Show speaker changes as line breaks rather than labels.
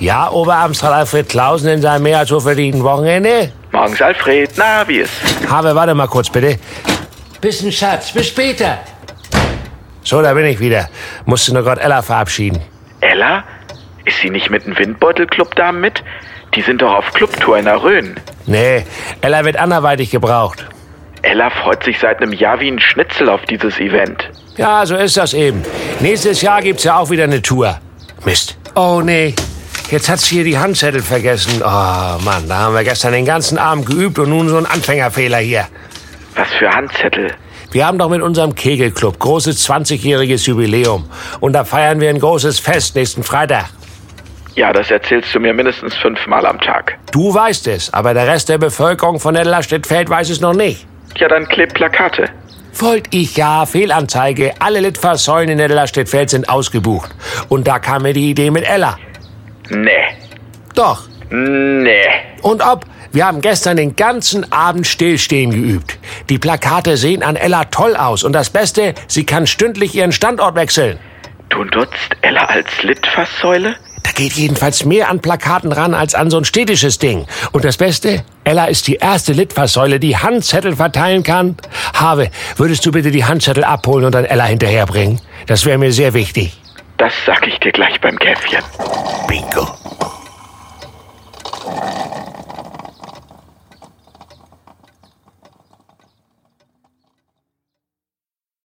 Ja, Oberamtsrat Alfred Klausen in seinem mehr als verdienten Wochenende?
Morgens Alfred, na, wie ist?
Habe, warte mal kurz bitte. Bisschen Schatz, bis später. So, da bin ich wieder. Musste nur Gott Ella verabschieden.
Ella? Ist sie nicht mit dem Windbeutelclub da mit? Die sind doch auf Clubtour in der Rhön.
Nee, Ella wird anderweitig gebraucht.
Ella freut sich seit einem Jahr wie ein Schnitzel auf dieses Event.
Ja, so ist das eben. Nächstes Jahr gibt's ja auch wieder eine Tour. Mist. Oh nee. Jetzt hat sie hier die Handzettel vergessen. Oh Mann, da haben wir gestern den ganzen Abend geübt und nun so ein Anfängerfehler hier.
Was für Handzettel.
Wir haben doch mit unserem Kegelclub großes 20-jähriges Jubiläum. Und da feiern wir ein großes Fest nächsten Freitag.
Ja, das erzählst du mir mindestens fünfmal am Tag.
Du weißt es, aber der Rest der Bevölkerung von Ellerstedt-Feld weiß es noch nicht.
Ja, dann kleb Plakate.
Wollt ich ja, Fehlanzeige. Alle Litfaßsäulen in Ellerstedt-Feld sind ausgebucht. Und da kam mir die Idee mit Ella.
Nee.
Doch.
Nee.
Und ob? Wir haben gestern den ganzen Abend stillstehen geübt. Die Plakate sehen an Ella toll aus. Und das Beste, sie kann stündlich ihren Standort wechseln.
Du nutzt Ella als Litfaßsäule?
Da geht jedenfalls mehr an Plakaten ran als an so ein städtisches Ding. Und das Beste, Ella ist die erste Litfaßsäule, die Handzettel verteilen kann. Have, würdest du bitte die Handzettel abholen und dann Ella hinterherbringen? Das wäre mir sehr wichtig.
Das sag ich dir gleich beim Käffchen.
Bingo.